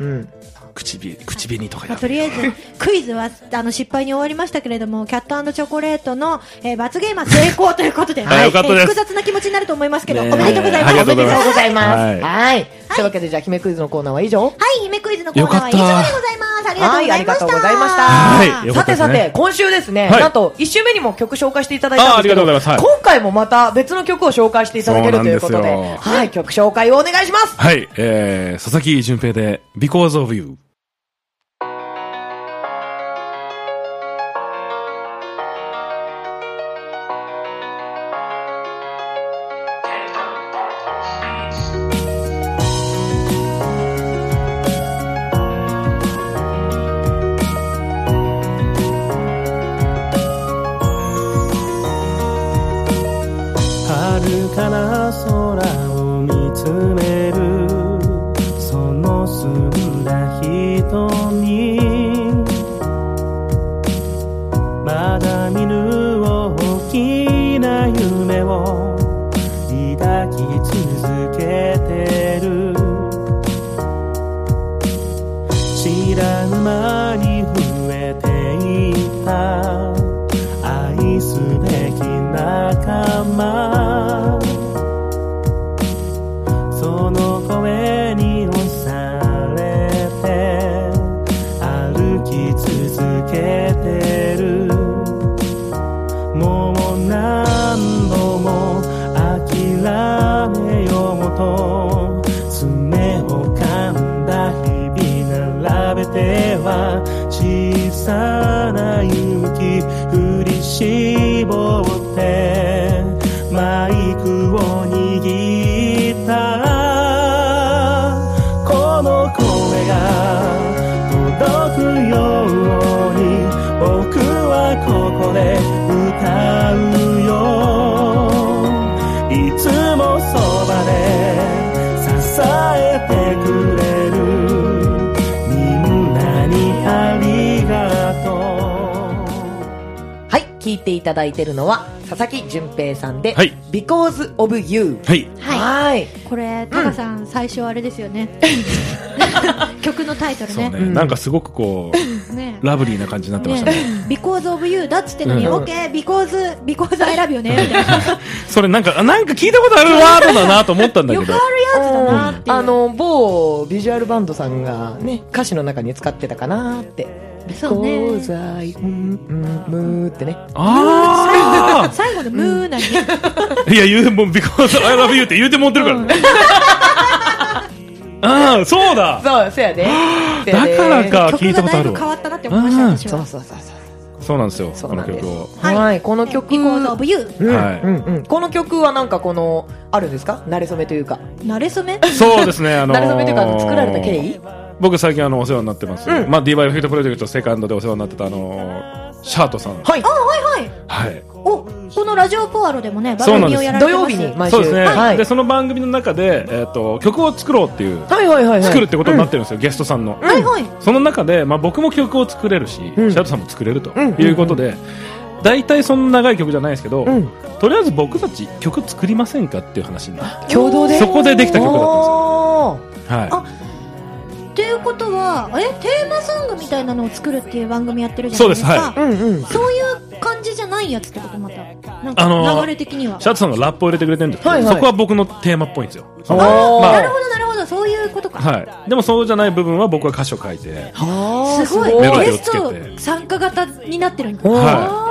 S2: うん。
S3: 口紅口紅とか
S1: ま
S3: や
S1: あとりあえず、クイズは、あの、失敗に終わりましたけれども、キャットチョコレートの、えー罰ゲームは成功ということで、
S3: はいよかったです
S1: 複雑な気持ちになると思いますけど、お
S3: ね
S1: めでとうございます。
S3: ありがとうござい
S2: おめでとうございま
S3: は
S2: す。
S3: い
S2: はい。というわけで、じゃあ、姫クイズのコーナーは以上。
S1: はい、夢クイズのコーナーは以
S3: よ
S1: 上でご
S3: かった
S1: ざいます。ありがとうございました。
S2: はい、ありがとうございました。
S3: はいよ
S2: さ
S3: かったで
S2: て
S3: すね
S2: さて、今週ですね、
S3: はい
S2: なんと、1週目にも曲紹介していただいたんですけど、
S3: あありがとうございますは
S2: 今回もまた別の曲を紹介していただけるということ
S3: そう
S2: で、
S3: なんです
S2: はい、曲紹介をお願いします。
S3: はい、えー、佐々木純平で Because of You
S6: 遥かな空を見つめるその澄んだ人にまだ見ぬ大きな夢を抱き続けてる知らぬ間に増えていった愛すべき仲間その声に押されて歩き続けてるもう何度も諦めようもと爪を噛んだ日々並べては小さな勇気振り絞ってマイクを握ったこの声が届くように僕はここで歌うよいつもそばで支えてくれるみんなにありがとう
S2: はい、聞いていただいてるのは、佐々木純平さんで、
S3: はい
S2: Because of You。
S3: はい
S1: はい。
S2: はい。
S1: これ、タカさん、最初あれですよ ね。曲のタイトル
S3: そう
S1: ね。
S3: ね、
S2: ん
S3: なんかすごくこう
S1: ね
S3: ラブリーな感じになってまし
S1: ね
S3: たね
S1: because of you だっつってのに、
S3: うん
S1: OK, because, because I love you ね、みたい な。
S3: それなんかあなんか聞いたことあるワードだなと思ったんだ
S1: よ
S3: け
S1: くあ
S3: ど
S1: るやつだなっていう。
S2: あの、某ビジュアルバンドさんがね、歌詞の中に使ってたかなって。
S1: そうね
S2: Because I- うんうんむーってね。
S3: あ
S1: 最後のムーなに、
S3: あいや言うもう Because I love you って言うて持ってるからね、うん、そうだ
S2: そう、そうやで。そうや
S3: だ
S2: で
S3: から。か、聞い
S1: 曲
S3: た
S1: がだ
S3: ことあ
S1: い
S3: る
S1: ぶ変
S3: わ。
S1: わったなって思いました、
S3: うん
S1: 私
S2: そ
S1: は
S2: う。そうそうそう。
S3: そうなんですよ、
S2: そ
S3: こ
S2: うな
S3: の
S2: んです
S3: 曲を。
S1: はい
S2: はい、この曲。
S1: リコードオブユー。
S2: うん
S3: はい
S2: うんうんこの曲はなんかこの、あるんですか慣れ初めというか。
S1: 慣れ初め
S3: そうですね、あのー
S2: 慣れ初めというか、あの作られた経緯
S3: 僕最近あのお世話になってます、
S2: うん
S3: まあ d バイフィットプロジェクトセカンドでお世話になってたあのーシャートさん
S2: はい。
S1: はいはい。
S3: はい
S1: お、このラジオポアロでもね、
S3: そう
S1: 番
S3: なん
S1: 組
S3: です
S1: をやられ
S2: 土曜
S1: てます。
S2: 日に毎週。
S3: そうですね、
S2: はい。
S3: でその番組の中で、えっと曲を作ろうっていう、
S2: はいはいはいはい。
S3: 作るってことになってるんですよ、ゲストさんの、
S1: はいはい。
S3: その中で、まあ、僕も曲を作れるし、
S2: ん
S3: シャートさんも作れると
S2: うん
S3: いうことで、大体そんな長い曲じゃないですけど、
S2: うん
S3: とりあえず僕たち曲作りませんかっていう話になっ
S2: 共同
S3: て
S2: で。
S3: そこでできた曲だったんですよ
S2: おー
S3: は
S1: っていうことは、え、テーマソングみたいなのを作るっていう番組やってるじゃないです
S3: そう
S1: か。
S2: うんうん。
S1: そういう感じじゃないやつってことまた。なん
S3: あの
S1: か
S3: ー
S1: 流れ的には。
S3: いシャートさんのラップを入れてくれてるんですけど、
S2: はいはい
S3: そこは僕のテーマっぽいんですよ
S2: おー
S3: ま
S1: な
S3: あ
S1: るほどなるほど、そういうことか。
S3: はい、でもそうじゃない部分は僕は歌詞を書いて、
S2: あー
S1: すごい。
S3: メロデ
S1: ゲ
S3: ィーをつ
S1: ス
S3: けて
S1: ト参加型になってるんだ。
S2: はい
S1: あ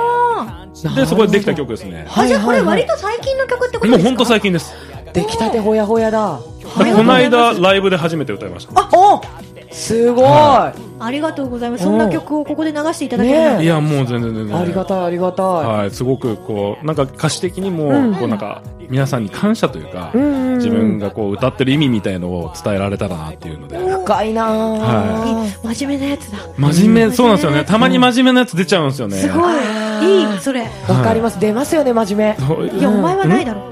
S3: でそこでできた曲ですね、
S1: ーあ、じゃあこれ
S2: はいはい
S1: 割と最近の曲ってこと
S3: も
S1: で
S3: う
S1: すか
S3: 本当最近です、
S2: 出来たてほやほやだ。
S3: だからこの間、ライブで初めて歌いました、
S2: あ、おすごい。
S3: は
S1: ありがとうございます。そんな曲をここで流していただける
S2: ね
S1: の
S3: いや、もう全然全然、
S2: ありがたい、ありがた
S3: はい、すごくこうなんか歌詞的にも、
S2: うん
S3: こうなんか皆さんに感謝というか、
S2: い。うん。
S3: 自分。がこう歌ってる意味みたいのを伝えられたらなっていうので、
S2: 深いなぁ
S3: は
S1: 真面目なやつだ。
S3: 真面
S1: うん
S3: 目そうなんですよねたまに真面目なやつ出ちゃうんですよね、
S1: すごい。いい、それ。
S2: わかります。出ますよね、真面目。
S3: そう
S1: いや、お前はないだろ。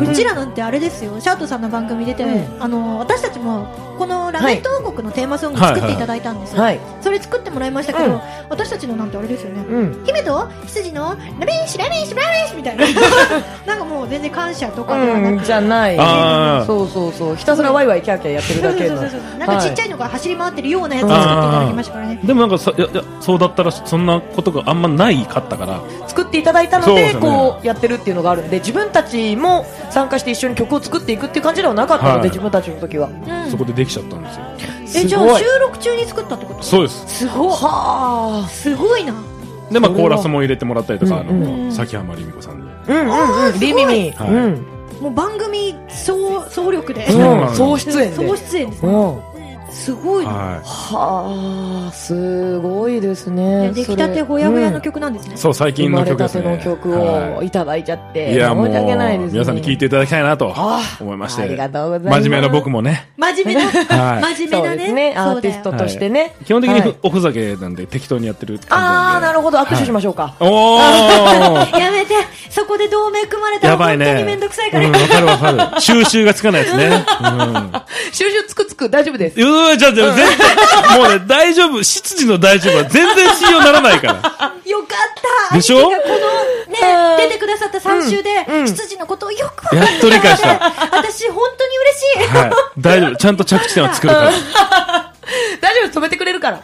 S1: うちらなんてあれですよ、シャートさんの番組出て、
S2: うん
S1: あの私たちもこのラメット王国のテーマソング
S3: はい
S1: 作っていただいたんですよ、
S2: はい。
S1: それ作ってもらいましたけど、
S2: うん
S1: 私たちのなんてあれですよね、
S2: うん。
S1: 姫と羊のラメンシラメンシラメンシみたいな、なんかもう全然感謝とかではな
S2: うん、
S1: く
S2: じゃない。
S3: あー
S2: そうそうそう。ひたすらワイワイキャーキャーやってるだけ
S1: そう
S2: の
S1: そう。そうそうなんかちっちゃいのが走り回ってるようなやつを作っていただきましたからね、
S3: でもなんかさいやいやそうだったらそんなことがあんまないかったから
S2: 作っていただいたの
S3: そうで
S2: で、
S3: すね
S2: こうやってるっていうのがあるんで、自分たちも参加して一緒に曲を作っていくっていう感じではなかったの
S3: は
S2: で、
S3: い
S2: 自分たちの時は。
S1: うん
S3: そこでできちゃったんです
S1: え
S3: よ
S1: じ
S2: す
S1: ゃ
S2: ご
S1: あ
S2: い
S1: 収録中に作ったってこと
S3: そうです
S2: すごい。はあ。
S1: すごいな
S3: でまあ
S2: それ
S3: コ
S2: は
S3: ーラスも入れてもらったりとかあ
S2: うん
S1: うん
S3: の崎浜由美子さんに
S2: うんうんうん。リミミ。
S3: はい
S2: うん。
S1: もう番組総総力で
S3: そうな
S2: うん。
S3: の
S2: 総出演で。
S1: 総出演で
S2: う
S1: すね
S2: ん。
S1: すごいな、
S3: は
S2: はあ、すごいです
S1: い
S2: ね
S1: や。出来たてほやほやの曲なんですね
S3: い、、そう最
S2: それ。
S3: 近
S2: 生ま
S3: の
S2: れ
S3: 曲
S2: た
S3: です
S2: て
S3: ね
S2: の曲を
S3: はい
S2: ただいちゃって。
S3: いやもう
S2: 申し訳ないですね
S3: 皆さんに聞いていただきたいなと
S2: あー
S3: 思いまし
S2: あ
S3: て
S2: りがとうございます
S3: 真面目な僕もね
S1: 真面目な、
S3: はい
S1: 真面
S2: そ
S1: 目
S2: う
S1: な
S2: で
S1: ね
S2: すね。アーティスト
S1: そうだよ
S2: としてね。
S3: 基本的に
S2: は
S3: ふ
S2: い
S3: おふざけなんで適当にやってる感じなん
S2: あ
S3: で
S2: あ、なるほど。握手しましょうか。
S3: おー
S1: やめてそこで同盟組まれたら
S3: やば
S1: 本
S3: い
S1: 当
S3: ね。
S1: にめんどくさいから、
S3: うん、わかるわかる。収集がつかないですね。
S2: 収集つくつく大丈夫です。
S3: うん。うーじゃあ、じゃあ、全然、もうね、大丈夫。執事の大丈夫は全然信用ならないから。
S1: よかった
S3: でしょ
S1: 兄貴がこのね出てくださった3週で、
S2: うんうん
S1: 羊のことをよく分
S3: やっと理解した。は
S1: 私本当に嬉しい、
S3: い。大丈夫。ちゃんと着地点は作るから。
S2: 大丈夫、止めてくれるから。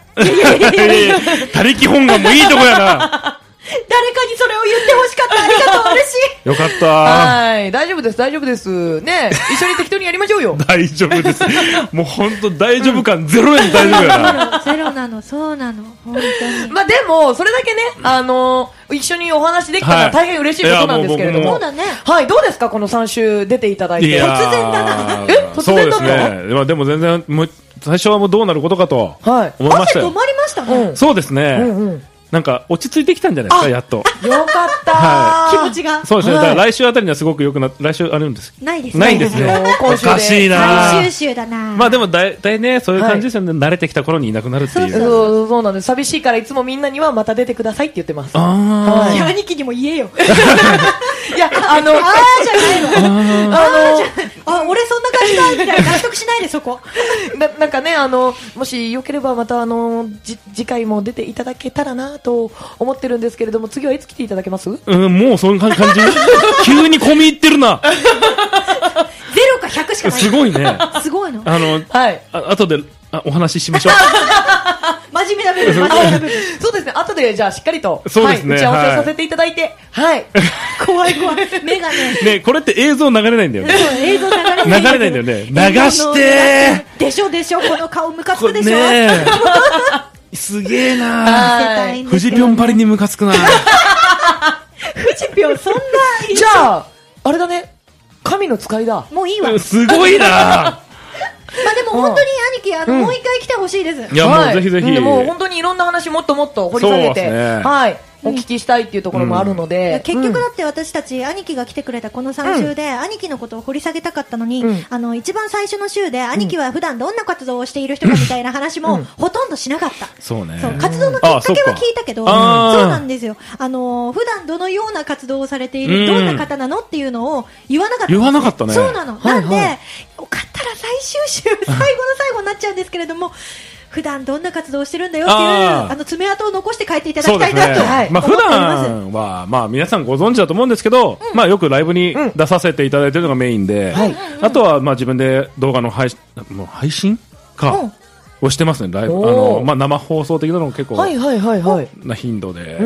S3: 他力本願もいいとこやな。
S1: 誰かにそれを言ってほしかったありがとう嬉しい
S3: よかった。
S2: はい。大丈夫です、大丈夫です。ね一緒に適当にやりましょう よ。
S3: 大丈夫です。もうほんと大丈夫感ゼロ円大丈夫や な。
S1: ゼロなのそうなの本当に
S2: まあでも、それだけね、あのー一緒にお話できたの
S3: は
S2: はい大変嬉しいことなんですけれど
S3: いや
S1: そ
S3: も
S2: も
S1: う。だね
S2: はい、どうですかこの3週出ていただいて。
S3: ー
S1: 突然だ
S2: なえ突
S3: そう
S2: 然
S3: で
S2: だっ
S3: す
S2: た
S3: ね。まあでも全然、もう、最初はもうどうなることかと、
S2: はい
S3: 思いまし
S1: 汗
S3: た
S1: 止
S3: よ。
S1: まりましたね、
S2: うん
S3: そうですね、
S2: うんうん
S3: なんか落ち着いてきたんじゃないですか、やっと。
S2: よかったー、
S3: は
S1: 気持ちが
S3: そうですね、
S2: はい
S3: だから来週あたりにはすごく良くな、来週あるんです。
S1: ないですね
S3: ないんですね。お
S2: 今週で
S3: かしいな
S1: 最終週だな
S3: まあでも大体ね、そういう感じですよね、慣れてきた頃にいなくなるってい
S2: そう
S3: う。
S2: そうそうなんです。寂しいからいつもみんなにはまた出てくださいって言ってます。
S3: あ
S2: はい
S1: いや兄貴にも言えよあ
S2: いや、あの、あ
S1: ーじゃない の
S2: の、
S1: あ、俺そんな感じだみたいな納得しないでそこ。
S2: ななんかね、あの、もしよければまたあの、じ次回も出ていただけたらなと思ってるんですけれども、次はいつ来ていただけます
S3: あ、うん、もうそ んな感じ。急に込み入ってるな。
S1: ゼロか100しかない。
S3: すごいね。
S1: すごいの。
S3: あの、
S2: はい。
S3: あ後であお話ししましょう。
S1: 真面目な部分、真面目な部分。
S2: そうですね、後でじゃあしっかりと、
S3: そうですね
S2: はい、打ち合わせを
S3: はい
S2: させていただいて、はい。
S1: 怖い怖い。目がね、
S3: ね、これって映像流れないんだよね。
S1: そう映像流れない。
S3: 流れないんだよね。流して
S1: ーでしょでしょ、この顔ムカつ
S3: こ
S1: く
S3: れ
S1: でしょ。
S3: ね えすげえな
S1: 見せたいん
S3: フ
S1: です
S3: ジ
S1: け
S3: ピョ
S1: ど
S3: ンパリにムカつくな
S1: フジピョン、そんな、
S2: じゃあ、あれだね、帰神の使いだ。
S1: もういいわ。まあ
S3: すごいな
S1: でも本当に兄貴、あの、もう一回来てほしいです。
S3: いや、
S2: は
S3: もうぜひぜひ。
S2: うんもう本当にいろんな話もっともっと掘り下げて、
S3: そうですね
S2: はい。お聞きしたいっていうところもあるの
S1: いや
S2: で。
S1: 結局
S2: うん
S1: だって私たち、兄貴が来てくれたこの3週で、兄貴のことを掘り下げたかったのに、
S2: うん
S1: あの、一番最初の週で、兄貴は普段どんな活動をしている人かみたいな話も、ほとんどしなかった。
S3: そうね
S1: そう、活動のきっか
S3: あそっ
S1: け
S3: か
S1: は聞いたけど、そう
S3: あー
S1: なんですよ。あのー、普段どのような活動をされている、
S3: うん
S1: どんな方なのっていうのを言わなかったんです。
S3: 言わなかったね
S1: そうなの。
S2: はいはい
S1: なんで、よかったら最終 週、最後の最後になっちゃうんですけれども、普段どんな活動をしてるんだよっていう、
S3: あ
S1: あ
S3: ー
S1: の、爪痕を残して帰っていただ
S3: そう
S1: き
S3: で
S1: た
S3: す
S1: い
S3: ね
S1: なと、
S2: はい
S3: まあ、
S1: 思
S3: 普
S1: っております。
S3: 段は、まあ、皆さんご存知だと思うんですけど、まあ、よくライブに
S2: うん
S3: 出させていただいてるのがメインで、
S2: はい
S3: あとは、まあ、自分で動画の配信、もう配信か、
S1: うん
S3: をしてますね、ライブ。あ
S2: おー
S3: の、まあ、生放送的なのも結構
S2: はいはいはいはい。
S3: な頻度で、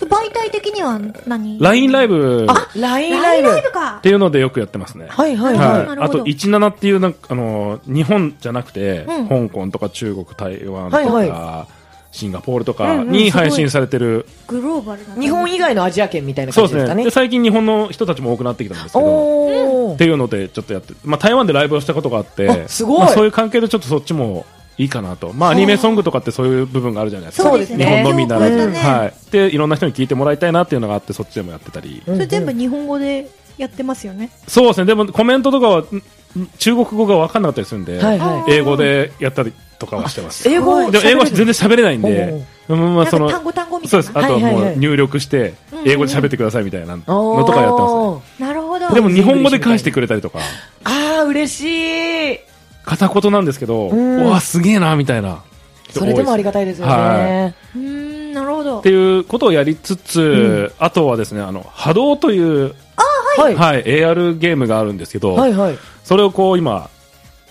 S1: 媒体的には何
S3: LINE ライブ
S2: あ、LINE ラ
S1: ライ
S2: イ
S1: ン
S2: ブ。
S1: ライブか
S3: っ。ていうのでよくやってますね。
S2: はいはい
S3: はい
S2: は
S1: なる
S3: あ
S1: ほど
S3: と17っていうなんか、あのー日本じゃなくて、
S1: う
S3: 香港とか中国、台湾とか、
S2: はい
S3: シンガポールとか
S2: うんうんすごい
S3: に配信されてる、
S1: グローバルな。
S2: い。日本以外のアジア圏みたいな
S3: そう
S2: 感
S3: で
S2: じです
S3: す
S2: か
S3: ね
S2: ね
S3: で。最近、日本の人たちも多くなってきたんですけど。
S2: お
S3: っ
S2: ー。
S3: ていうのでちょっとやって、まあ、台湾でライブをしたことがあって
S2: あすごい
S3: まあ、そういう関係でちょっとそっちもいいかなと、まあ、アニメソングとかってそういう部分があるじゃないですか
S1: そうですね。
S3: 日本のみならず、
S1: 今日超えたね
S3: はい、でいろんな人に聞いてもらいたいなっていうのがあってそっちでもやってたり、
S2: うん
S1: それ全部日本語でやってますよね。
S3: そうですねでもコメントとかはんん中国語が分かんなかったりするんで、
S2: はいはい
S3: 英語でやったりとかはしてます
S2: 英語
S3: でも英語は全
S2: 然。
S3: 然喋れないんで、うんま
S1: な
S3: あ
S1: ん
S3: そ
S1: か
S3: の
S1: 単語単語み
S3: そ
S1: た
S3: う
S1: い
S3: です
S1: な。
S3: あとは
S2: はい
S3: も
S2: は
S3: う
S2: いはい
S3: 入力して
S1: うんうん
S3: 英語で喋ってくださいみたいなの
S2: おー
S3: とかやってます
S1: なるほど。
S3: ねでも日本語で返してくれたりとか
S2: あー、嬉しい。
S3: 片言なんですけど、
S2: うん
S3: うわすげえなみたいな
S2: それでもありがたいですよね。
S1: うーん、なるほど
S3: っ。ていうことをやりつつ、あとはですねあの波動という、
S2: はい。は
S3: はい、AR ゲームがあるんですけど、
S2: いはい。
S3: それをこう今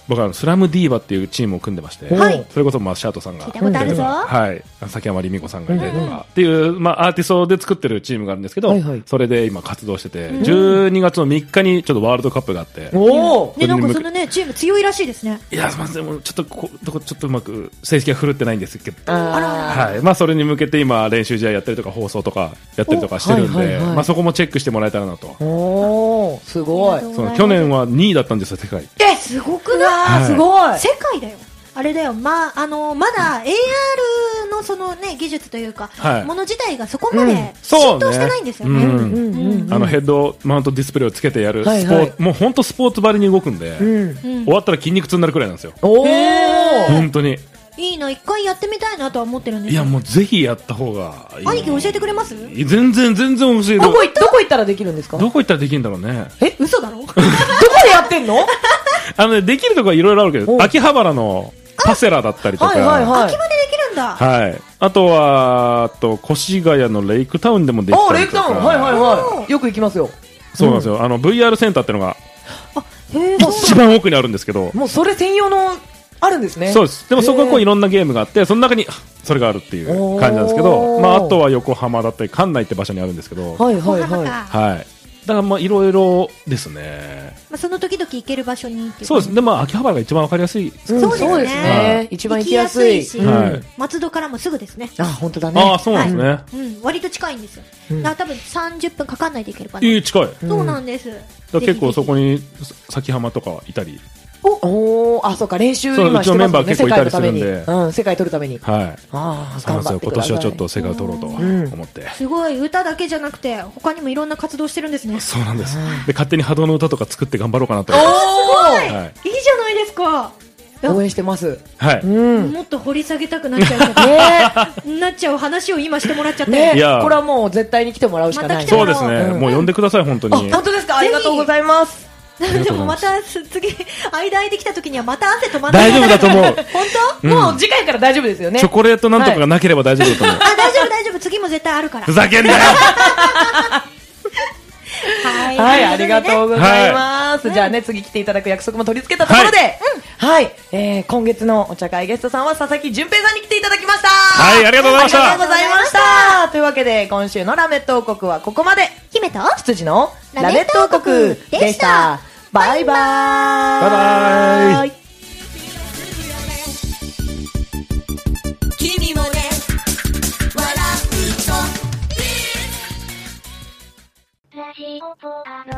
S3: 僕はスラムディーバっていうチームを組んでまして、
S2: はい
S3: それこそまあシャートさんが
S1: 聞いたことあるぞ
S3: はい、崎山りみ子さんがいたりとか、っていう、まあ、アーティストで作ってるチームがあるんですけど、
S2: はいはい
S3: それで今活動してて、12月の3日にちょっとワールドカップがあって、
S2: おー。
S1: ね、なんかそのね、チーム強いらしいですね。
S3: いやすみませんもうちょっとこことこちょっとうまく成績が振るってないんですけど。
S2: あ
S3: はいまあ、それに向けて今、練習試合やったりとか放送とかやったりとかしてるん
S2: お
S3: で、
S2: はいはいはい
S3: まあ、そこもチェックしてもらえたらなと
S2: ー。おー。すごい。
S3: その去年は2位だったんですよ、世界。
S2: え、すごくない
S3: い
S2: すごい。
S1: 世界だよ。あれだよ、まあ、あの、まだ AR のそのね、技術というか、
S3: はい
S1: もの自体がそこまで
S3: そ
S1: 浸
S3: うね
S1: 透してないんですよね。
S3: うん
S2: うんうん
S3: あのヘッドマウントディスプレイをつけてやるスポ
S2: は
S3: ー
S2: い
S3: ツ、
S2: はい
S3: もう本当スポーツばりに動くんで、
S2: うん。
S1: うん
S3: 終わったら筋肉痛になるくらいなんですよ、
S2: お
S1: へ
S2: ー。
S3: 本当に、
S1: いいな、一回やってみたいなとは思ってるんです
S3: い
S1: よ
S3: や、もうぜひやった方がいい、
S1: 兄貴教えてくれます
S3: 全然、全然教える、
S2: どこい、どこ行ったらできるんですか
S3: どこ行ったらできるんだろうね、
S2: え、ど
S1: 嘘だろ
S2: こでやってん の
S3: あのねできるとこはいろいろあるけ
S2: お
S3: ど、秋葉原のパセラだったりとか、
S2: はいはいはい。
S1: までできるんだ。
S3: はいあとは、あと越谷のレイクタウンでもでき
S2: おー、
S3: た
S2: レイ
S3: り
S2: ク
S3: と
S2: タ
S3: か、
S2: ウン。はいはいは
S1: お
S2: い。よく行きますよ。
S3: そうなんですよ、あの VR センターっていうのが
S1: へえ、
S3: 一番奥にあるんですけど、
S2: もうそれ専用の、あるんですね。
S3: そうです。でもそこはこ
S2: へ
S3: う
S2: ー
S3: いろんなゲームがあって、その中にあそれがあるっていう感じなんですけ
S2: おー
S3: ど、まああとは横浜だったり関内って場所にあるんですけど、は
S2: はい
S3: い。
S2: はい
S1: そう
S2: はい。
S1: かま
S3: だからまあいろいろですね。
S1: あ、その時々行ける場所にってい
S3: そうです。でまあ秋葉原が一番わかりやすい。
S2: うん
S1: そうですね
S2: そうですね。一番行きやす
S1: 行
S2: い。
S1: き
S2: う
S1: やすいし
S3: はい
S2: ん
S1: 松戸からもすぐですね。
S2: あ、本当だ
S3: ああ
S2: ね。
S3: そうなんですね。
S1: うん、割と近いんですよ。
S2: うん
S1: だから多分30分かかんないでいけるかな。
S3: ええ近い。だか
S1: そうなんです。
S3: ら結構そこ
S1: に。
S3: に先浜とかいたり、
S2: おー、あ、そうか、練習
S3: そう
S2: 今してますもんね、
S3: うちの
S2: 世
S3: メンバー結構い
S2: 界
S3: た
S2: の
S3: りす
S2: ため
S3: るん
S2: に。
S3: で
S2: うん、世界取るために。
S3: はい。
S2: ああ、
S3: そうなん
S2: 頑張っ
S3: ですよ
S2: て
S3: 今
S2: くださ
S3: 年
S2: い。
S3: はちょっと世界を取ろうと
S2: ん
S3: 思って。
S1: すごい、歌だけじゃなくて、他にもいろんな活動してるんですね。
S3: そうなんです。で勝手に波動の歌とか作って頑張ろうかなと。
S2: おー
S3: はい。
S1: いいじゃないですか。い
S2: 応援してます。
S3: はい。
S2: うん。ね
S1: もっと掘り下げたくなっちゃうけど、なっちゃう話を今してもらっちゃっ
S2: え。
S1: て。
S2: ね
S3: いや
S2: これはもう絶対に来てもらうしかない。
S1: また来て
S3: そ
S1: も
S3: う
S1: ら
S3: ですね。
S2: うん
S3: もう呼んでください本当
S2: あ
S3: に。
S2: 本当ですかあ
S1: ぜ
S2: り
S1: ひ
S2: がとうございます。
S3: りが
S1: で
S3: とう
S1: も
S3: ござい
S1: ま
S3: ます
S1: た次、間空いてきた時にはまた汗止まない
S3: 大丈夫だと思う。
S1: 本当
S3: うん
S2: もう次回から大丈夫ですよね
S3: チョ。コレートなんとかがなければ大丈夫だ と思う。
S1: あ、大丈夫大丈夫。次も絶対あるから。
S3: ふざけんなよ
S1: は
S2: はい、ありがとう
S1: う
S2: ございます。じゃあね、次来ていただく約束も取り付けたところで、はい、えー今月のお茶会ゲストさんは佐々木純平さんに来ていただきました。
S3: はい、ありがとうございまし
S2: あ
S3: た
S2: りがとうございました。というわけで、今週のラメット王国はここまで。
S1: 姫と
S2: 羊のラ
S1: ラ
S2: メ
S1: メ
S2: ッ
S1: ッ
S2: ト
S1: ト
S2: 王国
S1: 王国
S2: で
S1: で
S2: し
S1: したた。
S2: バイバーイ。
S3: バイバーイ
S7: 君もね笑うと
S8: ラジオポアド。